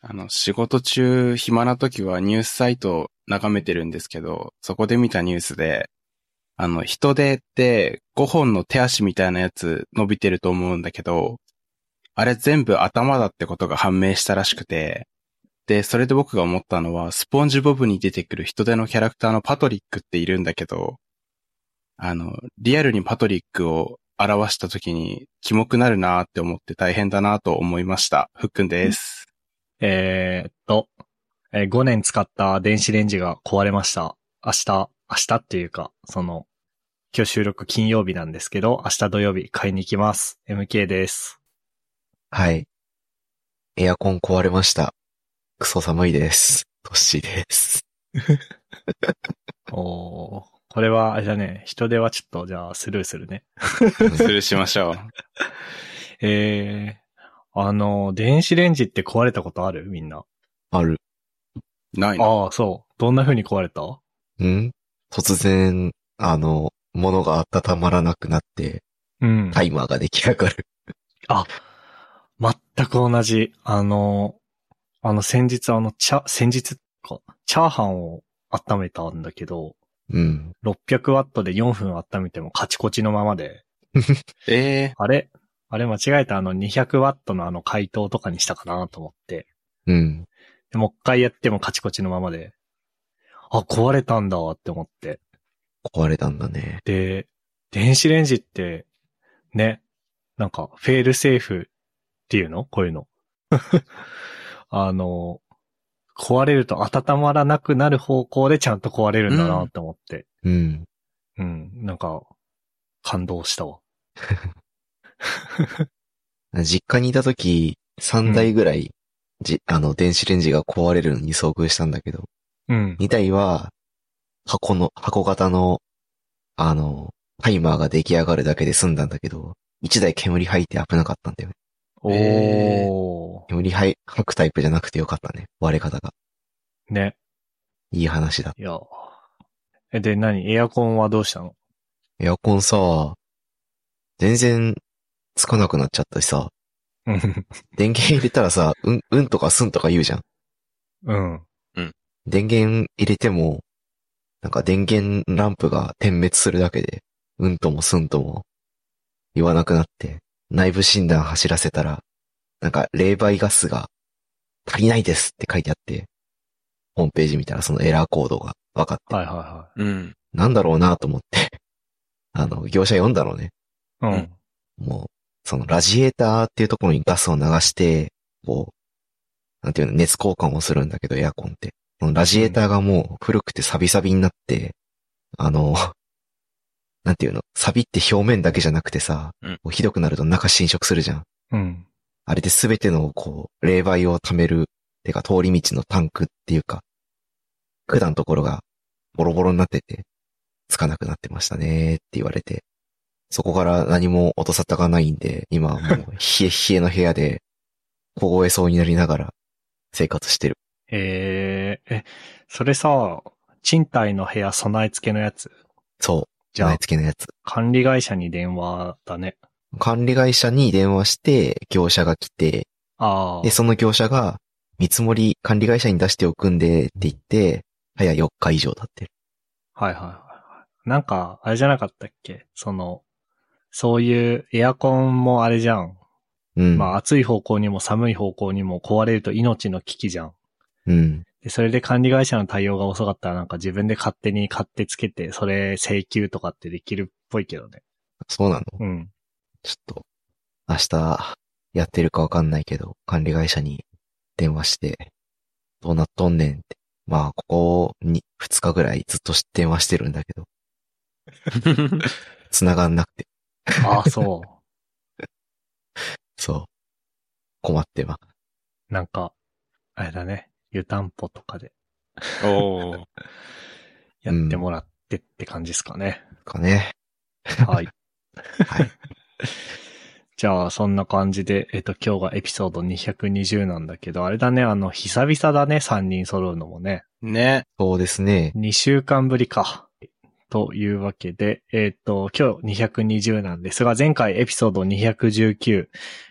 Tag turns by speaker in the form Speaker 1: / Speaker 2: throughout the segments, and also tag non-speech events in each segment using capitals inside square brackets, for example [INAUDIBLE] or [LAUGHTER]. Speaker 1: あの、仕事中暇な時はニュースサイトを眺めてるんですけど、そこで見たニュースで、あの、人手って5本の手足みたいなやつ伸びてると思うんだけど、あれ全部頭だってことが判明したらしくて、で、それで僕が思ったのは、スポンジボブに出てくる人手のキャラクターのパトリックっているんだけど、あの、リアルにパトリックを表した時に、キモくなるなーって思って大変だなーと思いました。ふっくんです。
Speaker 2: えーっと、えー5年使った電子レンジが壊れました。明日、明日っていうか、その、今日収録金曜日なんですけど、明日土曜日買いに行きます。MK です。
Speaker 3: はい。エアコン壊れました。クソ寒いです。トッシーです。 [LAUGHS]
Speaker 2: おーこれは、あれだね、人手はちょっと、じゃあスルーするね。
Speaker 1: スルーしましょう。
Speaker 2: えー、あの、電子レンジって壊れたことあるみんな。
Speaker 3: ある。
Speaker 1: ないの
Speaker 2: ああ、そう。どんな風に壊れた
Speaker 3: ん突然、あの、物が温まらなくなって、
Speaker 2: うん。
Speaker 3: タイマーが出来上がる。
Speaker 2: あ、全く同じ。あの、あの先日あの、チャ、先日か、チャーハンを温めたんだけど、
Speaker 3: うん。
Speaker 2: 600ワットで4分温めてもカチコチのままで、
Speaker 1: え
Speaker 2: あれあれ間違えたあの200ワットのあの解凍とかにしたかなと思って、
Speaker 3: うん。
Speaker 2: でもう一回やってもカチコチのままで、あ、壊れたんだわって思って。
Speaker 3: 壊れたんだね。
Speaker 2: で、電子レンジって、ね、なんか、フェールセーフっていうのこういうの。 [LAUGHS] あの、壊れると温まらなくなる方向でちゃんと壊れるんだなって思って。
Speaker 3: うん。
Speaker 2: うん、なんか、感動したわ。
Speaker 3: 実家にいた時、3台ぐらい、じ、あの、電子レンジが壊れるのに遭遇したんだけど、
Speaker 2: うん。
Speaker 3: 2台は、箱の、箱型の、あの、タイマーが出来上がるだけで済んだんだけど、1台煙吐いて危なかったんだよね。
Speaker 2: おー。
Speaker 3: 煙吐吐くタイプじゃなくてよかったね。割れ方が。
Speaker 2: ね。
Speaker 3: いい話だ。
Speaker 2: いや。え、で、何エアコンはどうしたの
Speaker 1: [LAUGHS]
Speaker 3: エアコンさ、全然つかなくなっちゃったしさ、
Speaker 2: うん。
Speaker 3: 電源入れたらさ、うん、うんとかすんとか言うじゃん。
Speaker 2: うん。
Speaker 3: 電源入れても、なんか電源ランプが点滅するだけで、うんともすんとも言わなくなって、内部診断走らせたら、なんか冷媒ガスが足りないですって書いてあって、ホームページ見たらそのエラーコードが分かって、
Speaker 2: はいは
Speaker 1: ー、うん。
Speaker 3: なんだろうなと思って、あの、業者読んだろうね。
Speaker 2: いはい。
Speaker 1: うん
Speaker 3: もう、そのラジエーターっていうところにガスを流して、こう、なんていうの、熱交換をするんだけど、エアコンって。そのラジエーターがもう古くてサビサビになって、あの、なんていうの、サビって表面だけじゃなくてさ、
Speaker 1: うん
Speaker 3: こうひどくなると中侵食するじゃん。
Speaker 2: うん。うん。
Speaker 3: あれで全ての、こう、冷媒を溜める、てか通り道のタンクっていうか、管のところがボロボロになってて、つかなくなってましたねって言われて、そこから何も音沙汰がないんで、今
Speaker 2: [LAUGHS]
Speaker 3: はもう冷え冷えの部屋で、凍えそうになりながら生活してる。
Speaker 2: えー、え、それさ、賃貸の部屋備え付けのやつ
Speaker 3: そう。
Speaker 2: じゃあ
Speaker 3: 備え付けのやつ。
Speaker 2: 管理会社に電話だね。
Speaker 3: 管理会社に電話して、業者が来て、
Speaker 2: あ
Speaker 3: で、その業者が、見積もり管理会社に出しておくんでって言って、早4日以上経ってる。
Speaker 2: あ、はいはいはい。なんか、あれじゃなかったっけその、そういうエアコンもあれじゃん。
Speaker 3: うん。
Speaker 2: まあ、暑い方向にも寒い方向にも壊れると命の危機じゃん。
Speaker 3: うん。
Speaker 2: で、それで管理会社の対応が遅かったらなんか自分で勝手に買ってつけて、それ請求とかってできるっぽいけどね。
Speaker 3: そうなの
Speaker 2: うん。
Speaker 3: ちょっと、明日、やってるかわかんないけど、管理会社に電話して、どうなっとんねんって。まあ、ここに、2日ぐらいずっと電話してるんだけど、繋がんなくて、
Speaker 2: ああ、そ
Speaker 3: [LAUGHS] そう。困ってま。
Speaker 2: う。なんか、あれだね。湯たんぽとかで
Speaker 1: [LAUGHS] おー。
Speaker 2: やってもらってって感じですかね。
Speaker 3: かね。
Speaker 2: はい。
Speaker 3: [LAUGHS] はい。
Speaker 2: [LAUGHS] じゃあ、そんな感じで、えっと、今日がエピソード220なんだけど、あれだね、あの、久々だね、3人揃うのもね。
Speaker 1: ね。
Speaker 3: そうですね。
Speaker 2: 2週間ぶりか。というわけで、えーっと、今日220なんですが、前回エピソード219、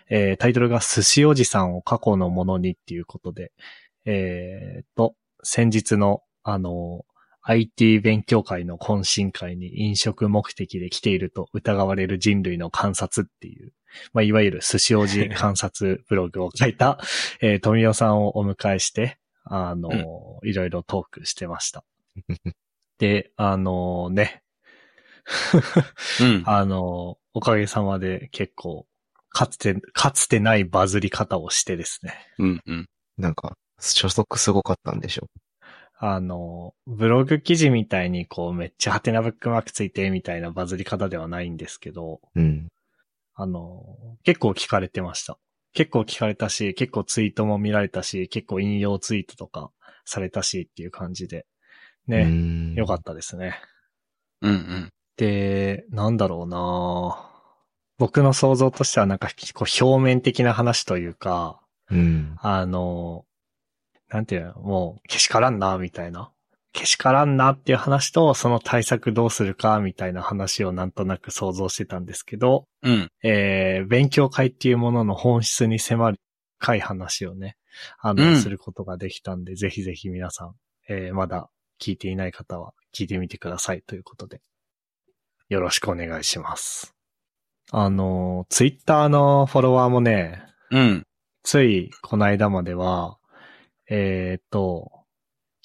Speaker 2: えータイトルが寿司おじさんを過去のものにっていうことで、えーっと、先日の、あの、IT 勉強会の懇親会に飲食目的で来ていると疑われる人類の観察っていう、まあ、いわゆる寿司おじ観察ブログを書いた、えー富尾さんをお迎えして、あの、いろいろトークしてました。で、あのね、
Speaker 1: うん。
Speaker 2: あのおかげさまで結構、かつて、かつてないバズり方をしてですね。
Speaker 1: うん。うん。
Speaker 3: なんか、初速すごかったんでしょ
Speaker 2: あの、ブログ記事みたいにこうめっちゃハテナブックマークついてみたいなバズり方ではないんですけど、
Speaker 3: う。うん。
Speaker 2: あの、結構聞かれてました。結構聞かれたし、結構ツイートも見られたし、結構引用ツイートとかされたしっていう感じで、ね、
Speaker 3: ね
Speaker 2: 良か
Speaker 3: っ
Speaker 2: ったですね。
Speaker 1: うん。うん。
Speaker 2: で、なんだろうな僕の想像としてはなんかこう表面的な話というか、
Speaker 3: た。うん。
Speaker 2: あの、なんていうの、もう、けしからんな、みたいな。けしからんなっていう話と、その対策どうするか、みたいな話をなんとなく想像してたんですけど、
Speaker 1: うん。
Speaker 2: えー、勉強会っていうものの本質に迫る深い話をね、あの、
Speaker 1: うん
Speaker 2: することができたんで、ぜひぜひ皆さん、えー、まだ聞いていない方は聞いてみてくださいということで、よろしくお願いします。あの、ツイッターのフォロワーもね、
Speaker 1: うん。
Speaker 2: ついこの間までは、えーっと、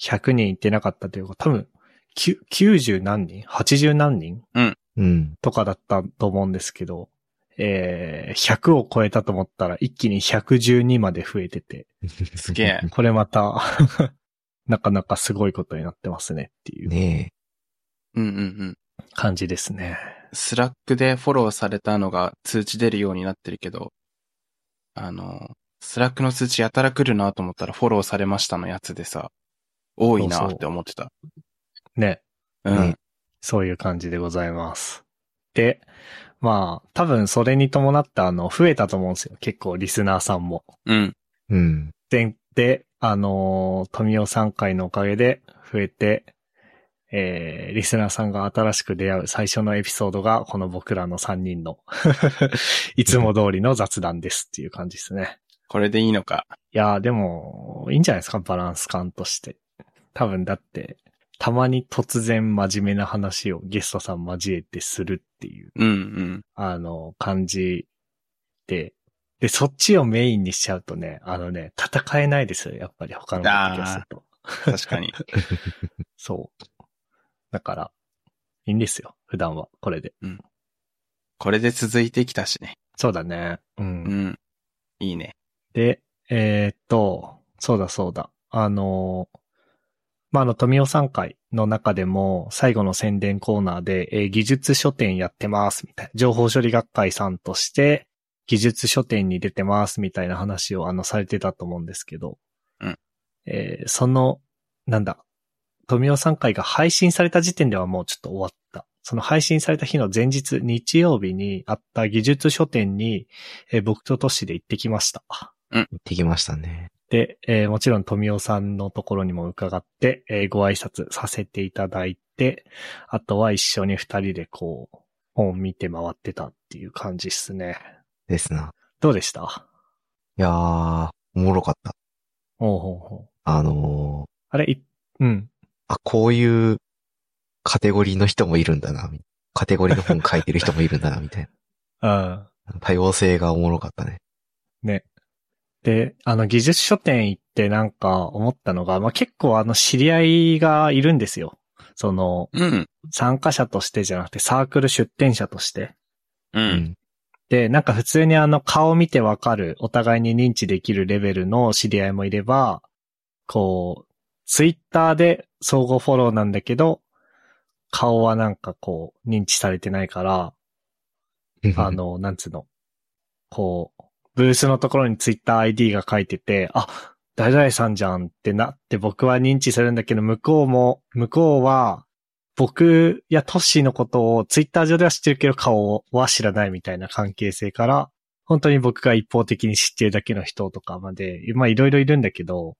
Speaker 2: 100人いってなかったというか、多分、きゅ90何人 ?80 何人
Speaker 3: うん。
Speaker 2: とかだったと思うんですけど、えー、100を超えたと思ったら一気に112まで増えてて、
Speaker 3: す
Speaker 1: げえ
Speaker 2: これまた、 [LAUGHS] なかなかすごいことになってますねっていう
Speaker 3: [LAUGHS] ね
Speaker 1: うん。うん。うん。
Speaker 2: 感じですね。
Speaker 1: スラックでフォローされたのが通知出るようになってるけど、あの、スラックの通知やたら来るなと思ったらフォローされましたのやつでさ、多いなって思ってた。
Speaker 2: ね。
Speaker 1: う
Speaker 3: ね
Speaker 1: ん。
Speaker 2: そういう感じでございます。で、まあ、多分それに伴ったあの、増えたと思うんですよ。結構リスナーさんも。
Speaker 1: うん。
Speaker 3: え。うん。
Speaker 2: で、で、あのー富尾さん会のおかげで増えて、えー、リスナーさんが新しく出会う最初のエピソードが、この僕らの3人の、 [LAUGHS] いつも通りの雑談ですっていう感じですね。
Speaker 1: これでいいのか。
Speaker 2: いやー、でも、いいんじゃないですか、バランス感として。多分だって、たまに突然真面目な話をゲストさん交えてするっていう
Speaker 1: うん。うん。
Speaker 2: あの、感じで、で、そっちをメインにしちゃうとね、あのね、戦えないですよ、やっぱり他のポッドキャストと。
Speaker 1: 確か [LAUGHS] に。
Speaker 2: そう。だから、いいんですよ、普段は、これで。
Speaker 1: これで続いてきたしね。
Speaker 2: そうだね。うん。
Speaker 1: うん。いいね。
Speaker 2: で、えーっと、そうだそうだ。あのー、まあ、あの、富尾さん会の中でも、最後の宣伝コーナーで、えー技術書店やってます、みたいな。情報処理学会さんとして、技術書店に出てます、みたいな話を、あの、されてたと思うんですけど。
Speaker 1: うん
Speaker 2: えーその、なんだ、富尾さん会が配信された時点ではもうちょっと終わった。その配信された日の前日、日曜日にあった技術書店に、えー僕と都市で行ってきました。
Speaker 3: 行ってきましたね。
Speaker 2: で、えーもちろん富尾さんのところにも伺って、えーご挨拶させていただいて、あとは一緒に二人でこう、本を見て回ってたっていう感じっすね。
Speaker 3: ですな。
Speaker 2: どうでした
Speaker 3: いやー、おもろかった。
Speaker 2: おうほうほう。
Speaker 3: あの
Speaker 2: あれ、い、うん。
Speaker 3: ー、あ、こういうカテゴリーの人もいるんだな。カテゴリーの本書いてる人もいるんだな、み [LAUGHS] たい
Speaker 2: うん。
Speaker 3: な。多様性がおもろかったね。
Speaker 2: ね。で、あの、技術書店行ってなんか思ったのが、まあ、結構あの、知り合いがいるんですよ。その、
Speaker 1: うん。
Speaker 2: 参加者としてじゃなくてサークル出展者として。
Speaker 1: う。。
Speaker 3: うん
Speaker 2: で、なんか普通にあの顔見てわかる、お互いに認知できるレベルの知り合いもいれば、こう、ツイッターで相互フォローなんだけど、顔はなんかこう、認知されてないから、
Speaker 3: [LAUGHS]
Speaker 2: あの、なんつうの、こう、ブースのところにツイッター ID が書いてて、あ、誰々さんじゃんってなって僕は認知するんだけど、向こうも、向こうは、僕やトッシーのことをツイッター上では知ってるけど顔は知らないみたいな関係性から、本当に僕が一方的に知ってるだけの人とかまで、まあいろいろいるんだけど、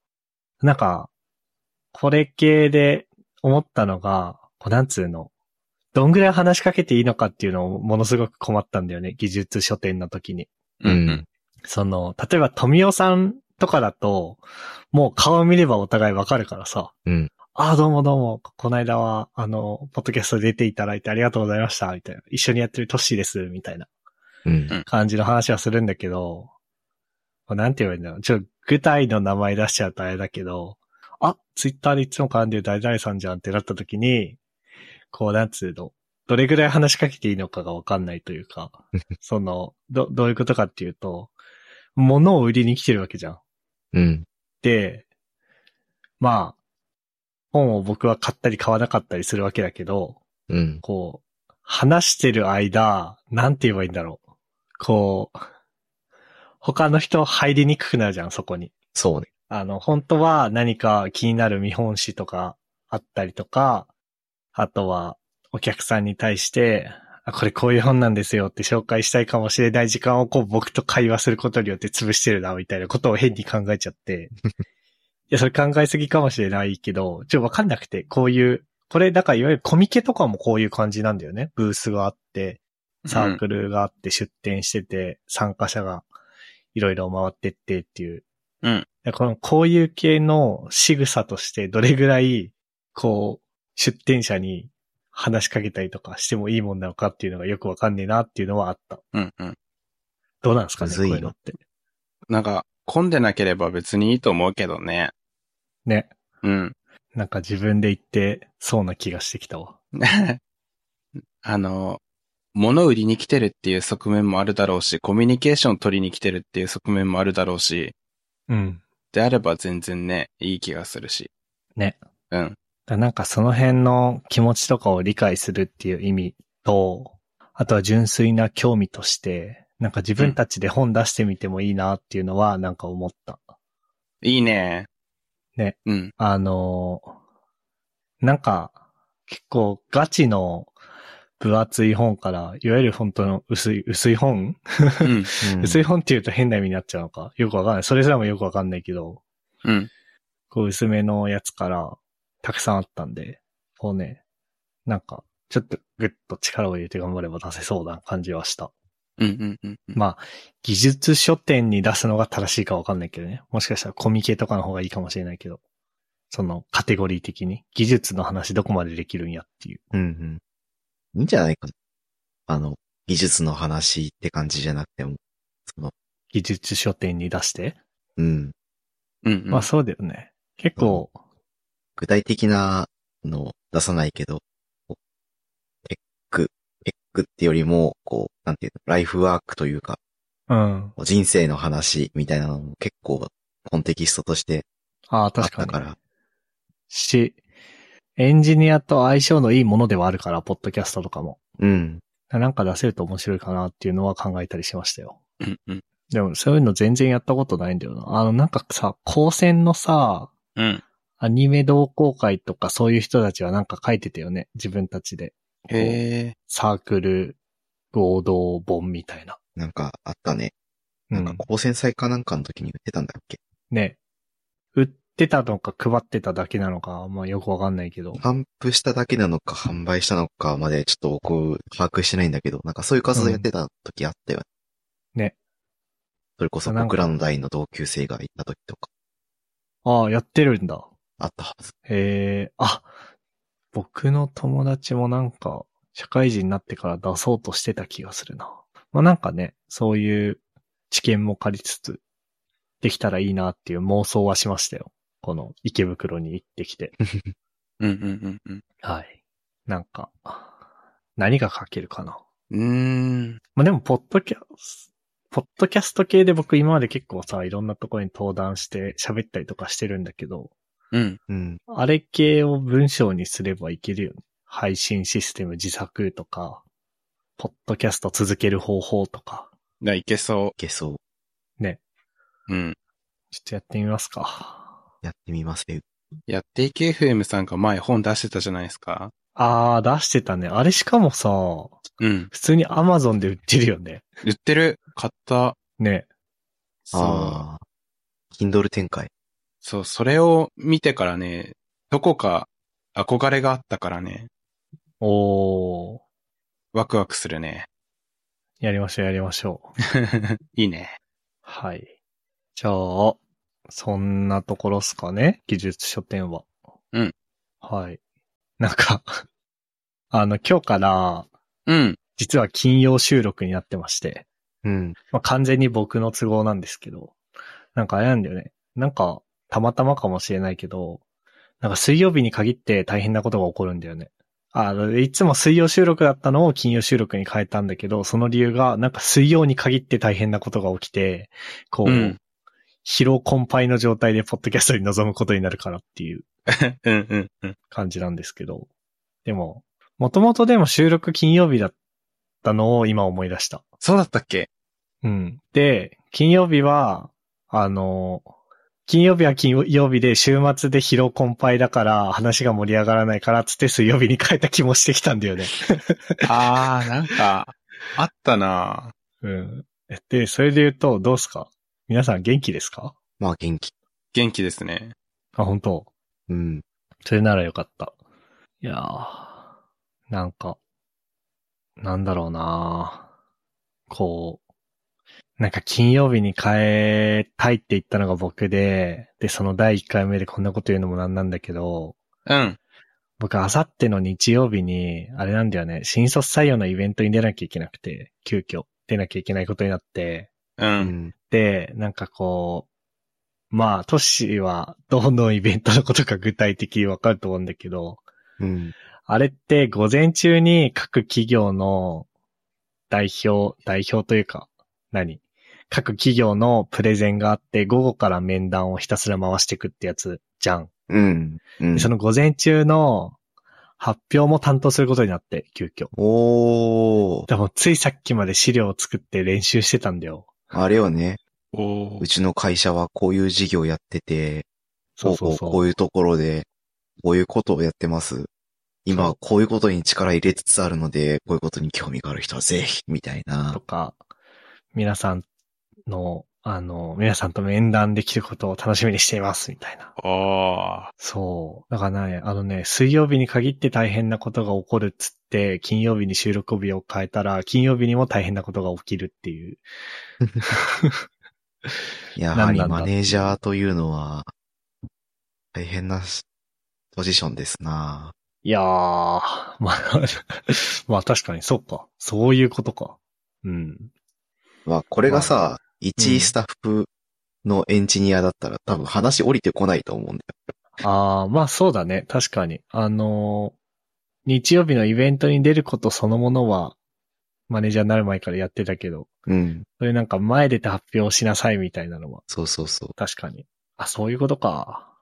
Speaker 2: なんか、これ系で思ったのが、こうなんつうの、どんぐらい話しかけていいのかっていうのをものすごく困ったんだよね。技術書店の時に。
Speaker 1: うん。
Speaker 2: その、例えば富尾さんとかだと、もう顔見ればお互いわかるからさ。
Speaker 3: うん。
Speaker 2: ああ、どうもどうも、この間は、あの、ポッドキャスト出ていただいてありがとうございました、みたいな。一緒にやってるトッシーです、みたいな
Speaker 3: うん。
Speaker 2: 感じの話はするんだけど、こうなんて言えばいいんだろう。ちょ、具体の名前出しちゃうとあれだけど、あ、ツイッターでいつも絡んでる誰々さんじゃんってなった時に、こう、なんつうの、どれぐらい話しかけていいのかがわかんないというか、その、ど、どういうことかっていうと、物を売りに来てるわけじゃん。
Speaker 3: うん。
Speaker 2: で、まあ、本を僕は買ったり買わなかったりするわけだけど、
Speaker 3: うん。
Speaker 2: こう、話してる間、なんて言えばいいんだろう。こう、他の人入りにくくなるじゃん、そこに。
Speaker 3: そうね。
Speaker 2: あの、本当は何か気になる見本誌とかあったりとか、あとはお客さんに対して、あこれこういう本なんですよって紹介したいかもしれない時間をこう僕と会話することによって潰してるな、みたいなことを変に考えちゃって。いや、それ考えすぎかもしれないけど、ちょっとわかんなくて、こういう、これ、だからいわゆるコミケとかもこういう感じなんだよね。ブースがあって、サークルがあって出展してて、参加者がいろいろ回ってってっていう。
Speaker 1: うん
Speaker 2: で。この、こういう系の仕草としてどれぐらい、こう、出展者に話しかけたりとかしてもいいもんなのかっていうのがよくわかんねえなっていうのはあった。
Speaker 1: うんうん。
Speaker 2: どうなんですかね
Speaker 3: むずい
Speaker 2: こ
Speaker 3: よ
Speaker 2: ういうのって。
Speaker 1: なんか、混んでなければ別にいいと思うけどね。
Speaker 2: ね。
Speaker 1: うん。 [LAUGHS]
Speaker 2: なんか自分で言ってそうな気がしてきたわ。
Speaker 1: あの、物売りに来てるっていう側面もあるだろうし、コミュニケーション取りに来てるっていう側面もあるだろうし、
Speaker 2: うん。
Speaker 1: であれば全然ね、いい気がするし。
Speaker 2: ね。
Speaker 1: うん。
Speaker 2: だなんかその辺の気持ちとかを理解するっていう意味と、あとは純粋な興味として、なんか自分たちで本出してみてもいいなっていうのはなんか思った。
Speaker 1: いいね。
Speaker 2: ね。
Speaker 1: うん。
Speaker 2: あのー、なんか結構ガチの分厚い本から、いわゆる本当の薄い、薄い本、
Speaker 1: うん。
Speaker 3: うん
Speaker 2: 薄い本って言うと変な意味になっちゃうのか。よくわかんない。それすらもよくわかんないけど、
Speaker 1: うん。
Speaker 2: こう薄めのやつからたくさんあったんで、こうね、なんか、ちょっとぐっと力を入れて頑張れば出せそうな感じはした。
Speaker 1: うん。うん。うん。うん
Speaker 2: まあ、技術書店に出すのが正しいかわかんないけどね。もしかしたらコミケとかの方がいいかもしれないけど、そのカテゴリー的に技術の話どこまでできるんやっていう。
Speaker 3: うんうん。いいんじゃないかな。あの、技術の話って感じじゃなくても、その、
Speaker 2: 技術書店に出して。
Speaker 3: うん、
Speaker 1: うん。
Speaker 2: まあそうだよね。結構、
Speaker 3: 具体的なのを出さないけど、こうテック、テックってよりも、こう、なんていうの、ライフワークというか、
Speaker 2: うん。
Speaker 3: 人生の話みたいなのも結構、コンテキストとして
Speaker 2: ああ、
Speaker 3: あっ
Speaker 2: 確か
Speaker 3: た
Speaker 2: に。
Speaker 3: から、
Speaker 2: し、エンジニアと相性のいいものではあるから、ポッドキャストとかも。
Speaker 3: うん、
Speaker 2: なんか出せると面白いかなっていうのは考えたりしましたよ。
Speaker 1: うん。うん。
Speaker 2: でもそういうの全然やったことないんだよな。あのなんかさ、高専のさ、
Speaker 1: うん。
Speaker 2: アニメ同好会とかそういう人たちはなんか書いてたよね。自分たちで。
Speaker 1: へえ。
Speaker 2: サークル合同本みたいな。
Speaker 3: なんかあったね。
Speaker 2: う
Speaker 3: なんか、高専祭かなんかの時に売ってたんだっけ、
Speaker 2: ね。売ってたのか配ってただけなのか、まあよくわかんないけど。
Speaker 3: 販布しただけなのか販売したのかまでちょっと僕把握してないんだけど、なんかそういう活動やってた時あったよね。
Speaker 2: うんね。
Speaker 3: それこそ
Speaker 2: なんか
Speaker 3: 僕らの代の同級生が行った時とか
Speaker 2: ああ、やってるんだ。
Speaker 3: あったはず。
Speaker 2: へえ、あ、僕の友達もなんか、社会人になってから出そうとしてた気がするな。まあなんかね、そういう知見も借りつつ、できたらいいなっていう妄想はしましたよ。この池袋に行ってきて。
Speaker 1: うん。うん。うん。
Speaker 2: はい。なんか、何が書けるかな。
Speaker 1: うん。うーん。
Speaker 2: まあでも、ポッドキャスポッドキャスト系で僕今まで結構さ、いろんなところに登壇して喋ったりとかしてるんだけど、
Speaker 1: うん。
Speaker 3: うん。
Speaker 2: あれ系を文章にすればいけるよね。配信システム自作とか、ポッドキャスト続ける方法とか、
Speaker 1: じゃあいけそ
Speaker 3: いけそう。
Speaker 1: う。うん。
Speaker 2: ちょっとやってみますか。
Speaker 3: やってみますね。
Speaker 1: やっていけ FM さんが前本出してたじゃないですか。
Speaker 2: あー、出してたね。あれしかもさ、
Speaker 1: うん。
Speaker 2: 普通に Amazon で売ってるよね。
Speaker 1: 言ってる。買った。
Speaker 2: ね。
Speaker 1: そう。
Speaker 3: ああ。Kindle 展開。
Speaker 1: そう、それを見てからね、どこか憧れがあったからね。
Speaker 2: おー。
Speaker 1: ワクワクするね。 [LAUGHS]
Speaker 2: やりましょう、やりましょう。
Speaker 1: いいね。
Speaker 2: はい。じゃあ、そんなところっすかね技術書店は。
Speaker 1: うん。
Speaker 2: はい。なんか、あの、今日から、
Speaker 1: うん。
Speaker 2: 実は金曜収録になってまして、
Speaker 3: うん。
Speaker 2: まあ、完全に僕の都合なんですけど、なんかあれなんだよね。なんか、たまたまかもしれないけど、なんか水曜日に限って大変なことが起こるんだよね。あの、いつも水曜収録だったのを金曜収録に変えたんだけど、その理由が、なんか水曜に限って大変なことが起きて、こう、
Speaker 1: うん
Speaker 2: 疲労困憊の状態でポッドキャストに臨むことになるからっていう
Speaker 1: うんうんうん。
Speaker 2: 感じなんですけど。でも、もともとでも収録金曜日だったのを今思い出した。
Speaker 1: そうだったっけ
Speaker 2: うん。で、金曜日は、あの、金曜日は金曜日で週末で疲労困憊だから話が盛り上がらないからっつって水曜日に変えた気もしてきたんだよね。
Speaker 1: あー、なんか、あったな
Speaker 2: うん。で、それで言うとどうすか皆さん元気ですか
Speaker 3: まあ元気。
Speaker 1: 元気ですね。
Speaker 2: あ、本当
Speaker 3: うん。
Speaker 2: それならよかった。いやー、なんか、なんだろうなこう、なんか金曜日に変えたいって言ったのが僕で、で、その第1回目でこんなこと言うのもなんなんだけど、
Speaker 1: うん。
Speaker 2: 僕、あさっての日曜日に、あれなんだよね、新卒採用のイベントに出なきゃいけなくて、急遽出なきゃいけないことになって、
Speaker 1: う。
Speaker 3: うんん。
Speaker 2: で、なんかこう、まあ、都市はどのイベントのことか具体的にわかると思うんだけど、
Speaker 3: うん。
Speaker 2: あれって午前中に各企業の代表、代表というか、何各企業のプレゼンがあって、午後から面談をひたすら回していくってやつじゃん。
Speaker 3: うん。うん
Speaker 2: でその午前中の発表も担当することになって、急遽。
Speaker 3: おー。
Speaker 2: でもついさっきまで資料を作って練習してたんだよ。
Speaker 3: あれよね。
Speaker 1: お
Speaker 3: う
Speaker 1: ー。
Speaker 3: ちの会社はこういう事業やってて、
Speaker 2: そうそうそ
Speaker 3: こ
Speaker 2: う。
Speaker 3: こういうところで、こういうことをやってます。今はこういうことに力入れつつあるので、こういうことに興味がある人はぜひ、みたい
Speaker 2: と
Speaker 3: な。
Speaker 2: か、皆さんの、あの、皆さんと面談できることを楽しみにしています、みたいな。
Speaker 1: おー。 [LAUGHS]
Speaker 2: そう。だからね、あのね、水曜日に限って大変なことが起こるっつって、金曜日に収録日を変えたら、金曜日にも大変なことが起きるっていう。
Speaker 3: やはり
Speaker 2: なんなんだ
Speaker 3: マネージャーというのは、大変なしポジションですな。
Speaker 2: いやー、まあ、 [LAUGHS] まあ確かに、そうか。そういうことか。うん。
Speaker 3: まあ、これが
Speaker 2: ま
Speaker 3: さ、一スタッフのエンジニアだったら、多分話降りてこないと思うんだ
Speaker 2: ああ、まあそうだね。確かに。あのー日曜日のイベントに出ることそのものは、マネージャーになる前からやってたけど、
Speaker 3: よ。うん。
Speaker 2: それなんか前出て発表しなさいみたいなのは、
Speaker 3: そうそうそう。
Speaker 2: 確かに。あ、そういうことか。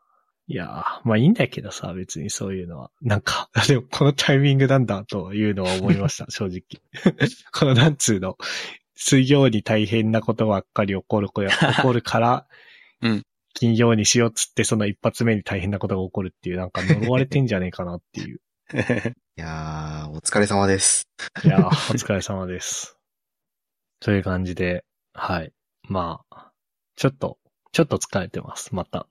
Speaker 2: いやー、まあいいんだけどさ、別にそういうのは。なんか、 [LAUGHS] でもこのタイミングなんだというのは思い
Speaker 1: [LAUGHS]
Speaker 2: ました、正直。 [LAUGHS] このなんつーの、水曜に大変なことばっかり起こ
Speaker 1: [LAUGHS]
Speaker 2: る子や、起こるから、
Speaker 1: うん
Speaker 2: 金曜にしようっつって、その一発目に大変なことが起こるっていう、なんか呪われてんじゃねえかなって
Speaker 1: [LAUGHS]
Speaker 2: いう。
Speaker 3: いやー、お疲れ様です。
Speaker 2: いやー、お疲れ様です。という感じで、はい。まあ、ちょっと、ちょっと疲れてます、また。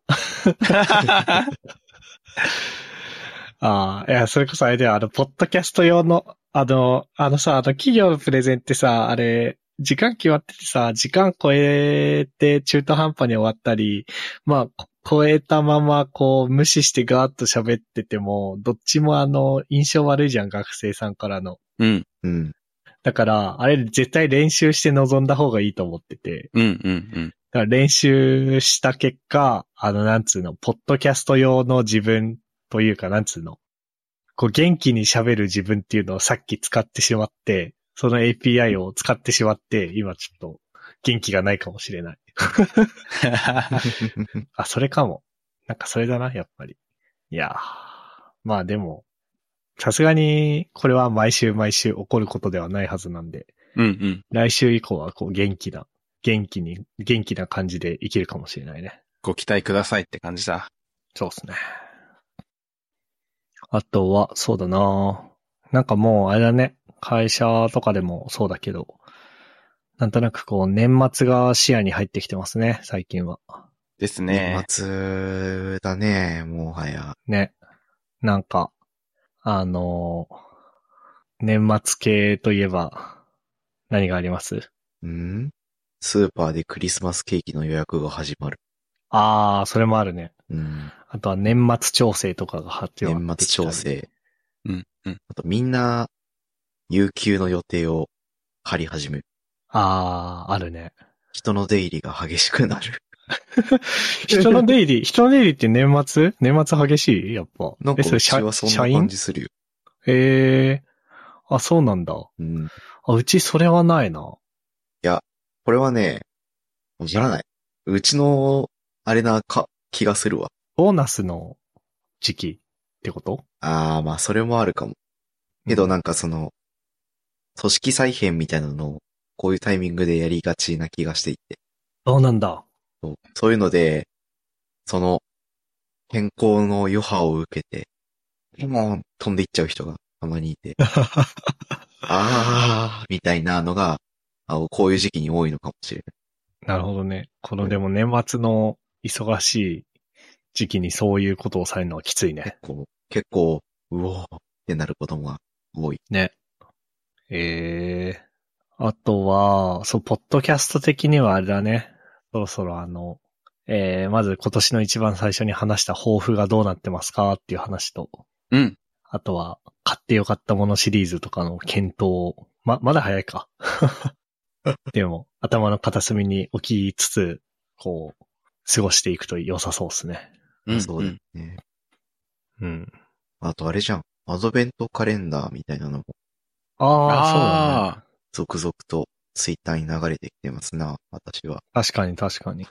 Speaker 2: ああ、いや、それこそあれだよ、あの、ポッドキャスト用の、あの、あのさ、あの、企業のプレゼンってさ、あれ、時間決まっててさ、時間超えて中途半端に終わったり、まあ、こ超えたまま、こう、無視してガーッと喋ってても、どっちもあの、印象悪いじゃん、学生さんからの。
Speaker 1: うん。
Speaker 3: うん。
Speaker 2: だから、あれ、絶対練習して臨んだ方がいいと思ってて。
Speaker 1: うんうんうん。 [LAUGHS]
Speaker 2: だから練習した結果、あの、なんつうの、ポッドキャスト用の自分というか、なんつうの、こう元気に喋る自分っていうのをさっき使ってしまって、その API を使ってしまって、今ちょっと元気がないかもしれない。
Speaker 3: [LAUGHS]
Speaker 2: あ、それかも。なんかそれだな、やっぱり。いやーまあでも、さすがにこれは毎週毎週起こることではないはずなんで、
Speaker 1: うんうん。
Speaker 2: 来週以降はこう元気な、元気に、元気な感じでいけるかもしれないね。
Speaker 1: ご期待くださいって感じだ。
Speaker 2: そうですね。あとは、そうだななんかもう、あれだね。会社とかでもそうだけど、なんとなくこう、年末が視野に入ってきてますね、最近は。
Speaker 1: です
Speaker 3: 年
Speaker 1: ね。
Speaker 3: 末だね、もはや。
Speaker 2: ね。なんか、あのー年末系といえば、何があります
Speaker 3: うんスーパーでクリスマスケーキの予約が始まる。
Speaker 2: ああ、それもあるね。
Speaker 3: うん。
Speaker 2: あとは年末調整とかが発表
Speaker 3: 年末調。整。
Speaker 1: うん、うん。
Speaker 3: あとみんな、有給の予定を張り始める。
Speaker 2: ああ、あるね。
Speaker 3: 人の出入りが激しくなる。
Speaker 2: 人の出入り、人の出入りって年末年末激しいやっぱ。
Speaker 3: なんか、
Speaker 2: え、それ
Speaker 3: うち
Speaker 2: 社
Speaker 3: はそん
Speaker 2: 社
Speaker 3: な感
Speaker 2: 員
Speaker 3: じするよ。
Speaker 2: ええー。あ、そうなんだ。
Speaker 3: うん。
Speaker 2: あ、うちそれはないな。
Speaker 3: これはね、わからない。うちの、あれな、か、気がするわ。
Speaker 2: ボーナスの時期ってこと
Speaker 3: ああ、まあ、それもあるかも。けどなんかその、組織再編みたいなのを、こういうタイミングでやりがちな気がしていて。
Speaker 2: そうなんだ。
Speaker 3: そうそういうので、その、変更の余波を受けて、もう飛んでいっちゃう人がたまにい
Speaker 1: [LAUGHS]
Speaker 3: て、ああ、みたいなのが、あこういう時期に多いのかもしれない。
Speaker 2: なるほどね。このでも年末の忙しい時期にそういうことをされるのはきついね
Speaker 3: 結。構、結構、うおーってなることが多い。
Speaker 2: ね。ええあとは、そう、ポッドキャスト的にはあれだね。そろそろあの、えー、まず今年の一番最初に話した抱負がどうなってますかっていう話と、
Speaker 1: うん。
Speaker 2: あとは、買ってよかったものシリーズとかの検討を、ま、まだ早いか。
Speaker 1: [LAUGHS]
Speaker 2: でも、頭の片隅に置きつつ、こう、過ごしていくと良さそうですね。
Speaker 1: うん
Speaker 3: そうだよね。
Speaker 2: うん。
Speaker 3: あとあれじゃん。アドベントカレンダーみたいなのも、
Speaker 2: ああ、そうだね。
Speaker 1: あ
Speaker 3: 続々とツイッターに流れてきてますな、私は。
Speaker 2: 確かに確かに。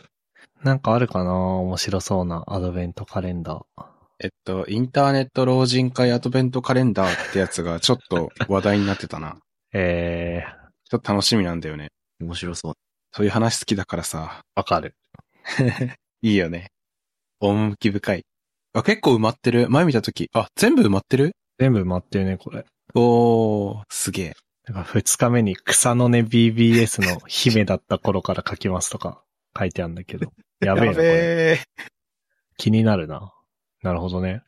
Speaker 2: なんかあるかな面白そうなアドベントカレンダー。
Speaker 1: ーえっと、インターネット老人会アドベントカレンダーってやつがちょっと話題になってたな。 [LAUGHS]
Speaker 2: えー、
Speaker 1: ちょっと楽しみなんだよね。
Speaker 3: 面白そう。
Speaker 1: そういう話好きだからさ。
Speaker 2: わかる。
Speaker 1: [LAUGHS] いいよね。趣深い。あ、結構埋まってる。前見たとき。あ、全部埋まってる
Speaker 2: 全部待ってるね、これ。
Speaker 1: おー、すげえ。
Speaker 2: なんか二日目に草の根 BBS の姫だった頃から書きますとか書いてあるんだけ [LAUGHS] ど。やべえな、これ。
Speaker 1: え。
Speaker 2: 気になるな。なるほどね。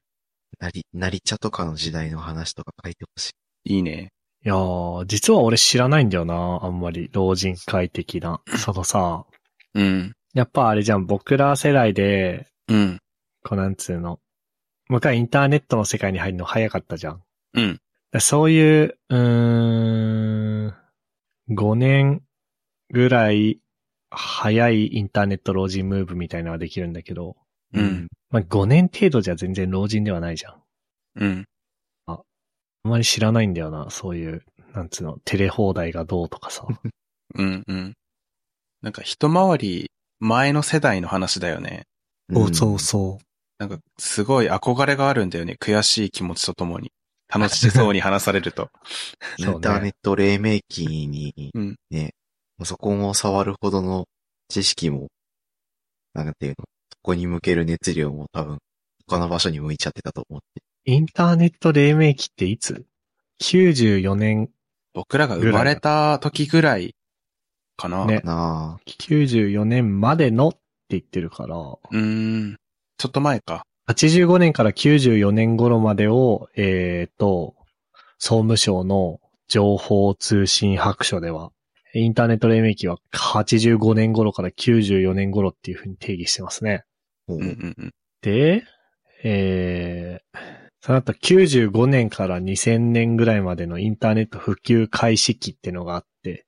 Speaker 3: なり、なり茶とかの時代の話とか書いてほしい。
Speaker 1: いいね。
Speaker 2: いやー、実は俺知らないんだよな、あんまり。老人会的な。そのさ、
Speaker 1: うん。
Speaker 2: やっぱあれじゃん、僕ら世代で、
Speaker 1: うん。
Speaker 2: こうなんつうの。昔インターネットの世界に入るの早かったじゃん。だか
Speaker 1: うん。
Speaker 2: らそういう、うーん、5年ぐらい早いインターネット老人ムーブみたいなのはできるんだけど、
Speaker 1: うん。
Speaker 2: まあ5年程度じゃ全然老人ではないじゃん。
Speaker 1: うん。
Speaker 2: あんまり知らないんだよな、そういう、なんつうの、テレ放題がどうとかさ。
Speaker 1: うん。うん。なんか一回り前の世代の話だよね。
Speaker 3: ん
Speaker 2: そ
Speaker 1: なんかすごい憧れがあるんだよね。悔しい気持ちとともに。楽しそうに話されると。
Speaker 2: う
Speaker 3: イ
Speaker 2: ね
Speaker 3: ンターネット黎明期に
Speaker 1: うん、
Speaker 3: ね、そこも触るほどの知識も、なんていうの、そこに向ける熱量も多分、他の場所に向いちゃってたと思って。
Speaker 2: インターネット黎明期っていつ ?94 年、
Speaker 1: 僕らが生まれた時ぐらいかな。
Speaker 2: ね
Speaker 3: なあ、
Speaker 2: 94年までのって言ってるから、
Speaker 1: うーん。ちょっと前か。
Speaker 2: 85年から94年頃までを、えっ、と、総務省の情報通信白書では、インターネット黎明期は85年頃から94年頃っていうふうに定義してますね。
Speaker 3: も
Speaker 1: う
Speaker 3: うん
Speaker 1: うんうん。
Speaker 2: で、えー、その後95年から2000年ぐらいまでのインターネット普及開始期ってのがあって、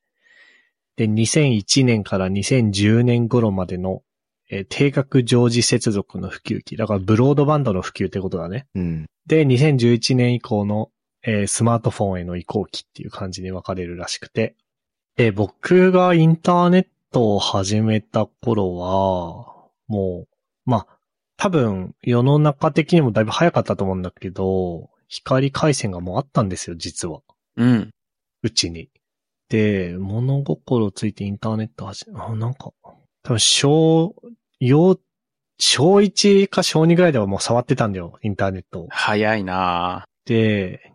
Speaker 2: で、2001年から2010年頃までの、えー定格常時接続の普及期。だからブロードバンドの普及ってことだね。
Speaker 3: うん、
Speaker 2: で、2011年以降の、えースマートフォンへの移行期っていう感じに分かれるらしくて。で、僕がインターネットを始めた頃は、もう、まあ、多分世の中的にもだいぶ早かったと思うんだけど、光回線がもうあったんですよ、実は。
Speaker 1: うん。
Speaker 2: うちに。で、物心ついてインターネット始め、あ、なんか、多分小、幼、小1か小2ぐらいではもう触ってたんだよ、インターネットを。
Speaker 1: 早いな
Speaker 2: で、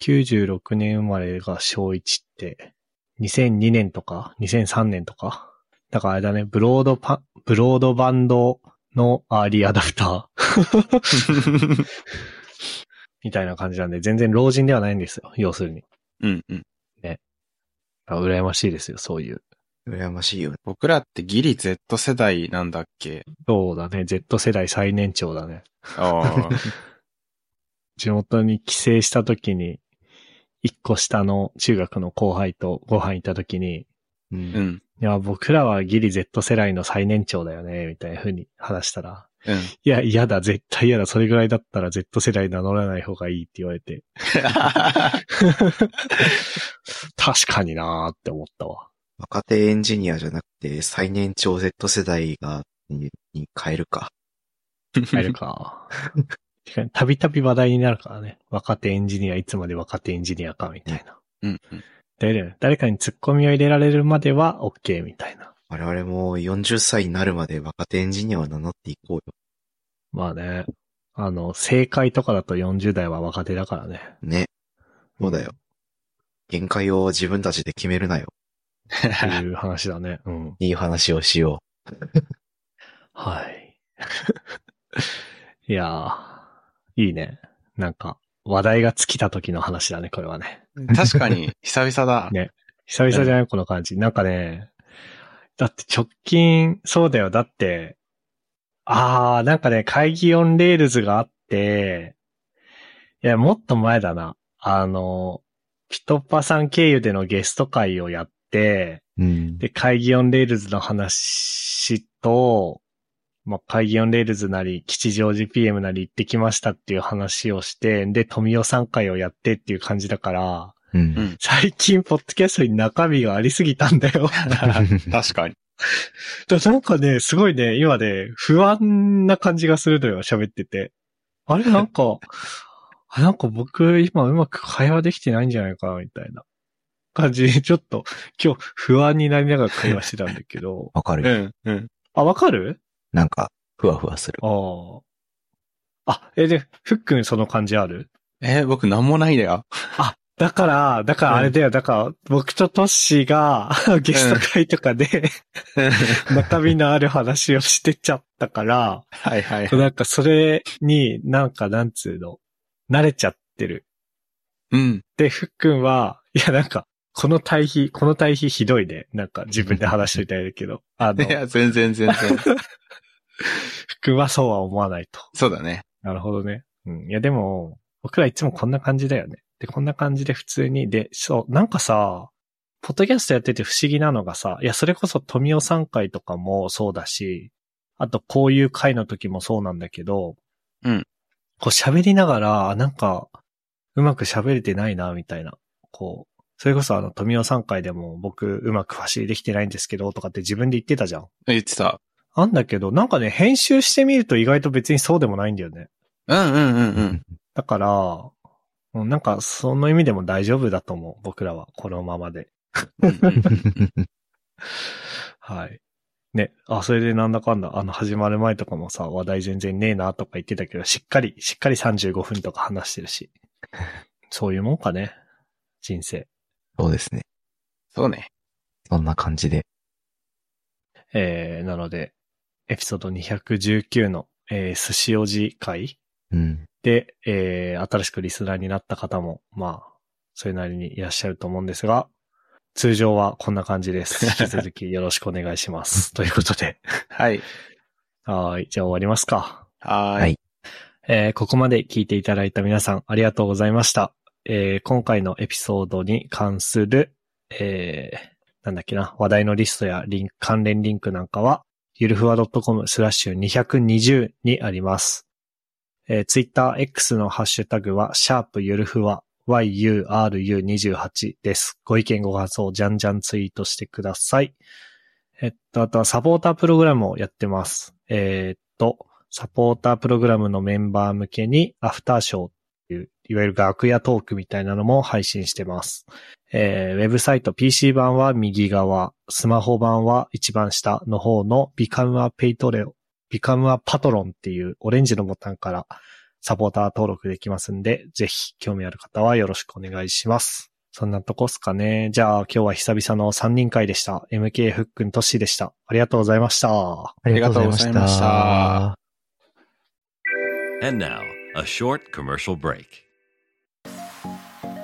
Speaker 2: 96年生まれが小1って、2002年とか、2003年とか。だからあれだね、ブロードパ、ブロードバンドのアーリー [LAUGHS] アダプター
Speaker 1: ぁ
Speaker 2: みたいな感じなんで、全然老人ではないんですよ、要するに。
Speaker 1: うんうん。
Speaker 2: あ羨ましいですよ、そういう。
Speaker 3: 羨ましいよね。
Speaker 1: 僕らってギリ Z 世代なんだっけ
Speaker 2: そうだね、Z 世代最年長だね。
Speaker 1: ああ。
Speaker 2: 地元に帰省した時に、一個下の中学の後輩とご飯行った時に、
Speaker 3: う。
Speaker 1: うんん。
Speaker 2: いや、僕らはギリ Z 世代の最年長だよね、みたいな風に話したら、
Speaker 1: うん。
Speaker 2: いや、嫌だ、絶対嫌だ、それぐらいだったら Z 世代名乗らない方がいいって言われて、確かになーって思ったわ。
Speaker 3: 若手エンジニアじゃなくて、最年長 Z 世代が、にに変えるか。
Speaker 2: 入るか。てかたびたび話題になるからね。若手エンジニア、いつまで若手エンジニアか、みたいな。
Speaker 1: [LAUGHS] うんうん。 [LAUGHS]
Speaker 2: で、誰かに突っ込みを入れられるまでは OK みたいな。
Speaker 3: 我々も40歳になるまで若手エンジニアを名乗っていこうよ。
Speaker 2: まあね。あの、正解とかだと40代は若手だからね。
Speaker 3: ね。そうだよ。限界を自分たちで決めるなよ。
Speaker 2: っていう話だね。うん。
Speaker 3: いい話をしよ
Speaker 2: はい。 [LAUGHS] いやー、いいね。なんか、話題が尽きた時の話だね、これはね。
Speaker 1: 確かに、久々だ。
Speaker 2: ね久々じゃないこの感じ。なんかね、だって直近、そうだよ。だって、あー、なんかね、会議オンレールズがあって、いや、もっと前だな。あの、ピトパさん経由でのゲスト会をやって、
Speaker 3: う。うん。
Speaker 2: で、会議オンレールズの話と、まあ、会議オンレールズなり、吉祥寺 PM なり行ってきましたっていう話をして、で、富尾さん会をやってっていう感じだから、
Speaker 3: う
Speaker 1: うん
Speaker 3: ん。。
Speaker 2: 最近、ポッドキャストに中身がありすぎたんだよ。 [LAUGHS]
Speaker 1: 確かに。
Speaker 2: だからなんかね、すごいね、今ね、不安な感じがするのよ、喋ってて。あれなんか、あなんか僕、今うまく会話できてないんじゃないかな、みたいな感じで、ちょっと、今日不安になりながら会話してたんだけど
Speaker 3: わか
Speaker 1: う
Speaker 3: る。
Speaker 1: んうん。
Speaker 2: [LAUGHS] あ、わかる
Speaker 3: なんか、ふわふわする。
Speaker 2: ああ。あ、え、で、ふっくんその感じある
Speaker 1: えー僕なんもないだよ。
Speaker 2: だから、だからあれだよ、だから、僕とトッシー [LAUGHS] が、ゲスト会とかで、中身のある話をしてちゃったから、
Speaker 1: [LAUGHS] はいはい。
Speaker 2: なんかそれになんかなんつうの、慣れちゃってる。
Speaker 1: うん。
Speaker 2: で、ふっくんは、いやなんか、この対比、この対比ひどいね。なんか自分で話しといたんだけど、あ
Speaker 1: い
Speaker 2: の、ふっ
Speaker 1: や、全然全然。
Speaker 2: [LAUGHS] くんはそうは思わないと。
Speaker 1: そうだね。
Speaker 2: なるほどね。うん。いやでも、僕らいつもこんな感じだよね。で、こんな感じで普通に、で、そう、なんかさ、ポッドキャストやってて不思議なのがさ、いや、それこそ富尾さん会とかもそうだし、あとこういう会の時もそうなんだけど、
Speaker 1: うん。
Speaker 2: こう喋りながら、あなんか、うまく喋れてないな、みたいな。こう、それこそあの、富尾さん会でも僕うまく走りできてないんですけど、とかって自分で言ってたじゃん。
Speaker 1: 言ってた。
Speaker 2: あんだけど、なんかね、編集してみると意外と別にそうでもないんだよね。
Speaker 1: うんうんうんうん。
Speaker 2: だから、うんなんか、その意味でも大丈夫だと思う。僕らは、このままで。
Speaker 1: うんうん
Speaker 2: はい。ね。あ、それでなんだかんだ、あの、始まる前とかもさ、話題全然ねえなとか言ってたけど、しっかり、しっかり35分とか話してるし。そういうもんかね。人生。
Speaker 3: [LAUGHS] そうですね。
Speaker 1: そうね。
Speaker 3: そんな感じで。
Speaker 2: えー、なので、エピソード219の、えー、寿司おじ会
Speaker 3: うん。
Speaker 2: で、えー、新しくリスナーになった方も、まあ、それなりにいらっしゃると思うんですが、通常はこんな感じです。引き続きよろしくお願いします。ということで。
Speaker 1: はい。
Speaker 2: はい。じゃあ終わりますか。
Speaker 1: はー。
Speaker 3: はいい
Speaker 2: えーここまで聞いていただいた皆さんありがとうございました。えー今回のエピソードに関する、えーなんだっけな、話題のリストやリンク、関連リンクなんかは、ゆるふわ .com スラッシュ220にあります。えー、ツイッター X のハッシュタグは、シャープゆるふわ yuru28 です。ご意見ご感想、じゃんじゃんツイートしてください。えっと、あとはサポータープログラムをやってます。えーっと、サポータープログラムのメンバー向けにアフターショーっていう、いわゆる楽屋トークみたいなのも配信してます。えーウェブサイト PC 版は右側、スマホ版は一番下の方の Become a Patreon、Become a Patron っていうオレンジのボタンからサポーター登録できますんで、ぜひ興味ある方はよろしくお願いします。そんなとこっすかね。じゃあ今日は久々の3人会でした。MK フックントッシーでした。ありがとうございました。
Speaker 3: あ
Speaker 1: りがとうございました
Speaker 3: りがとうございま
Speaker 4: And now, a short commercial break.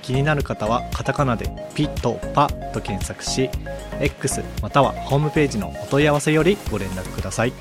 Speaker 2: 気になる方はカタカナでピトパと検索し X またはホームページのお問い合わせよりご連絡ください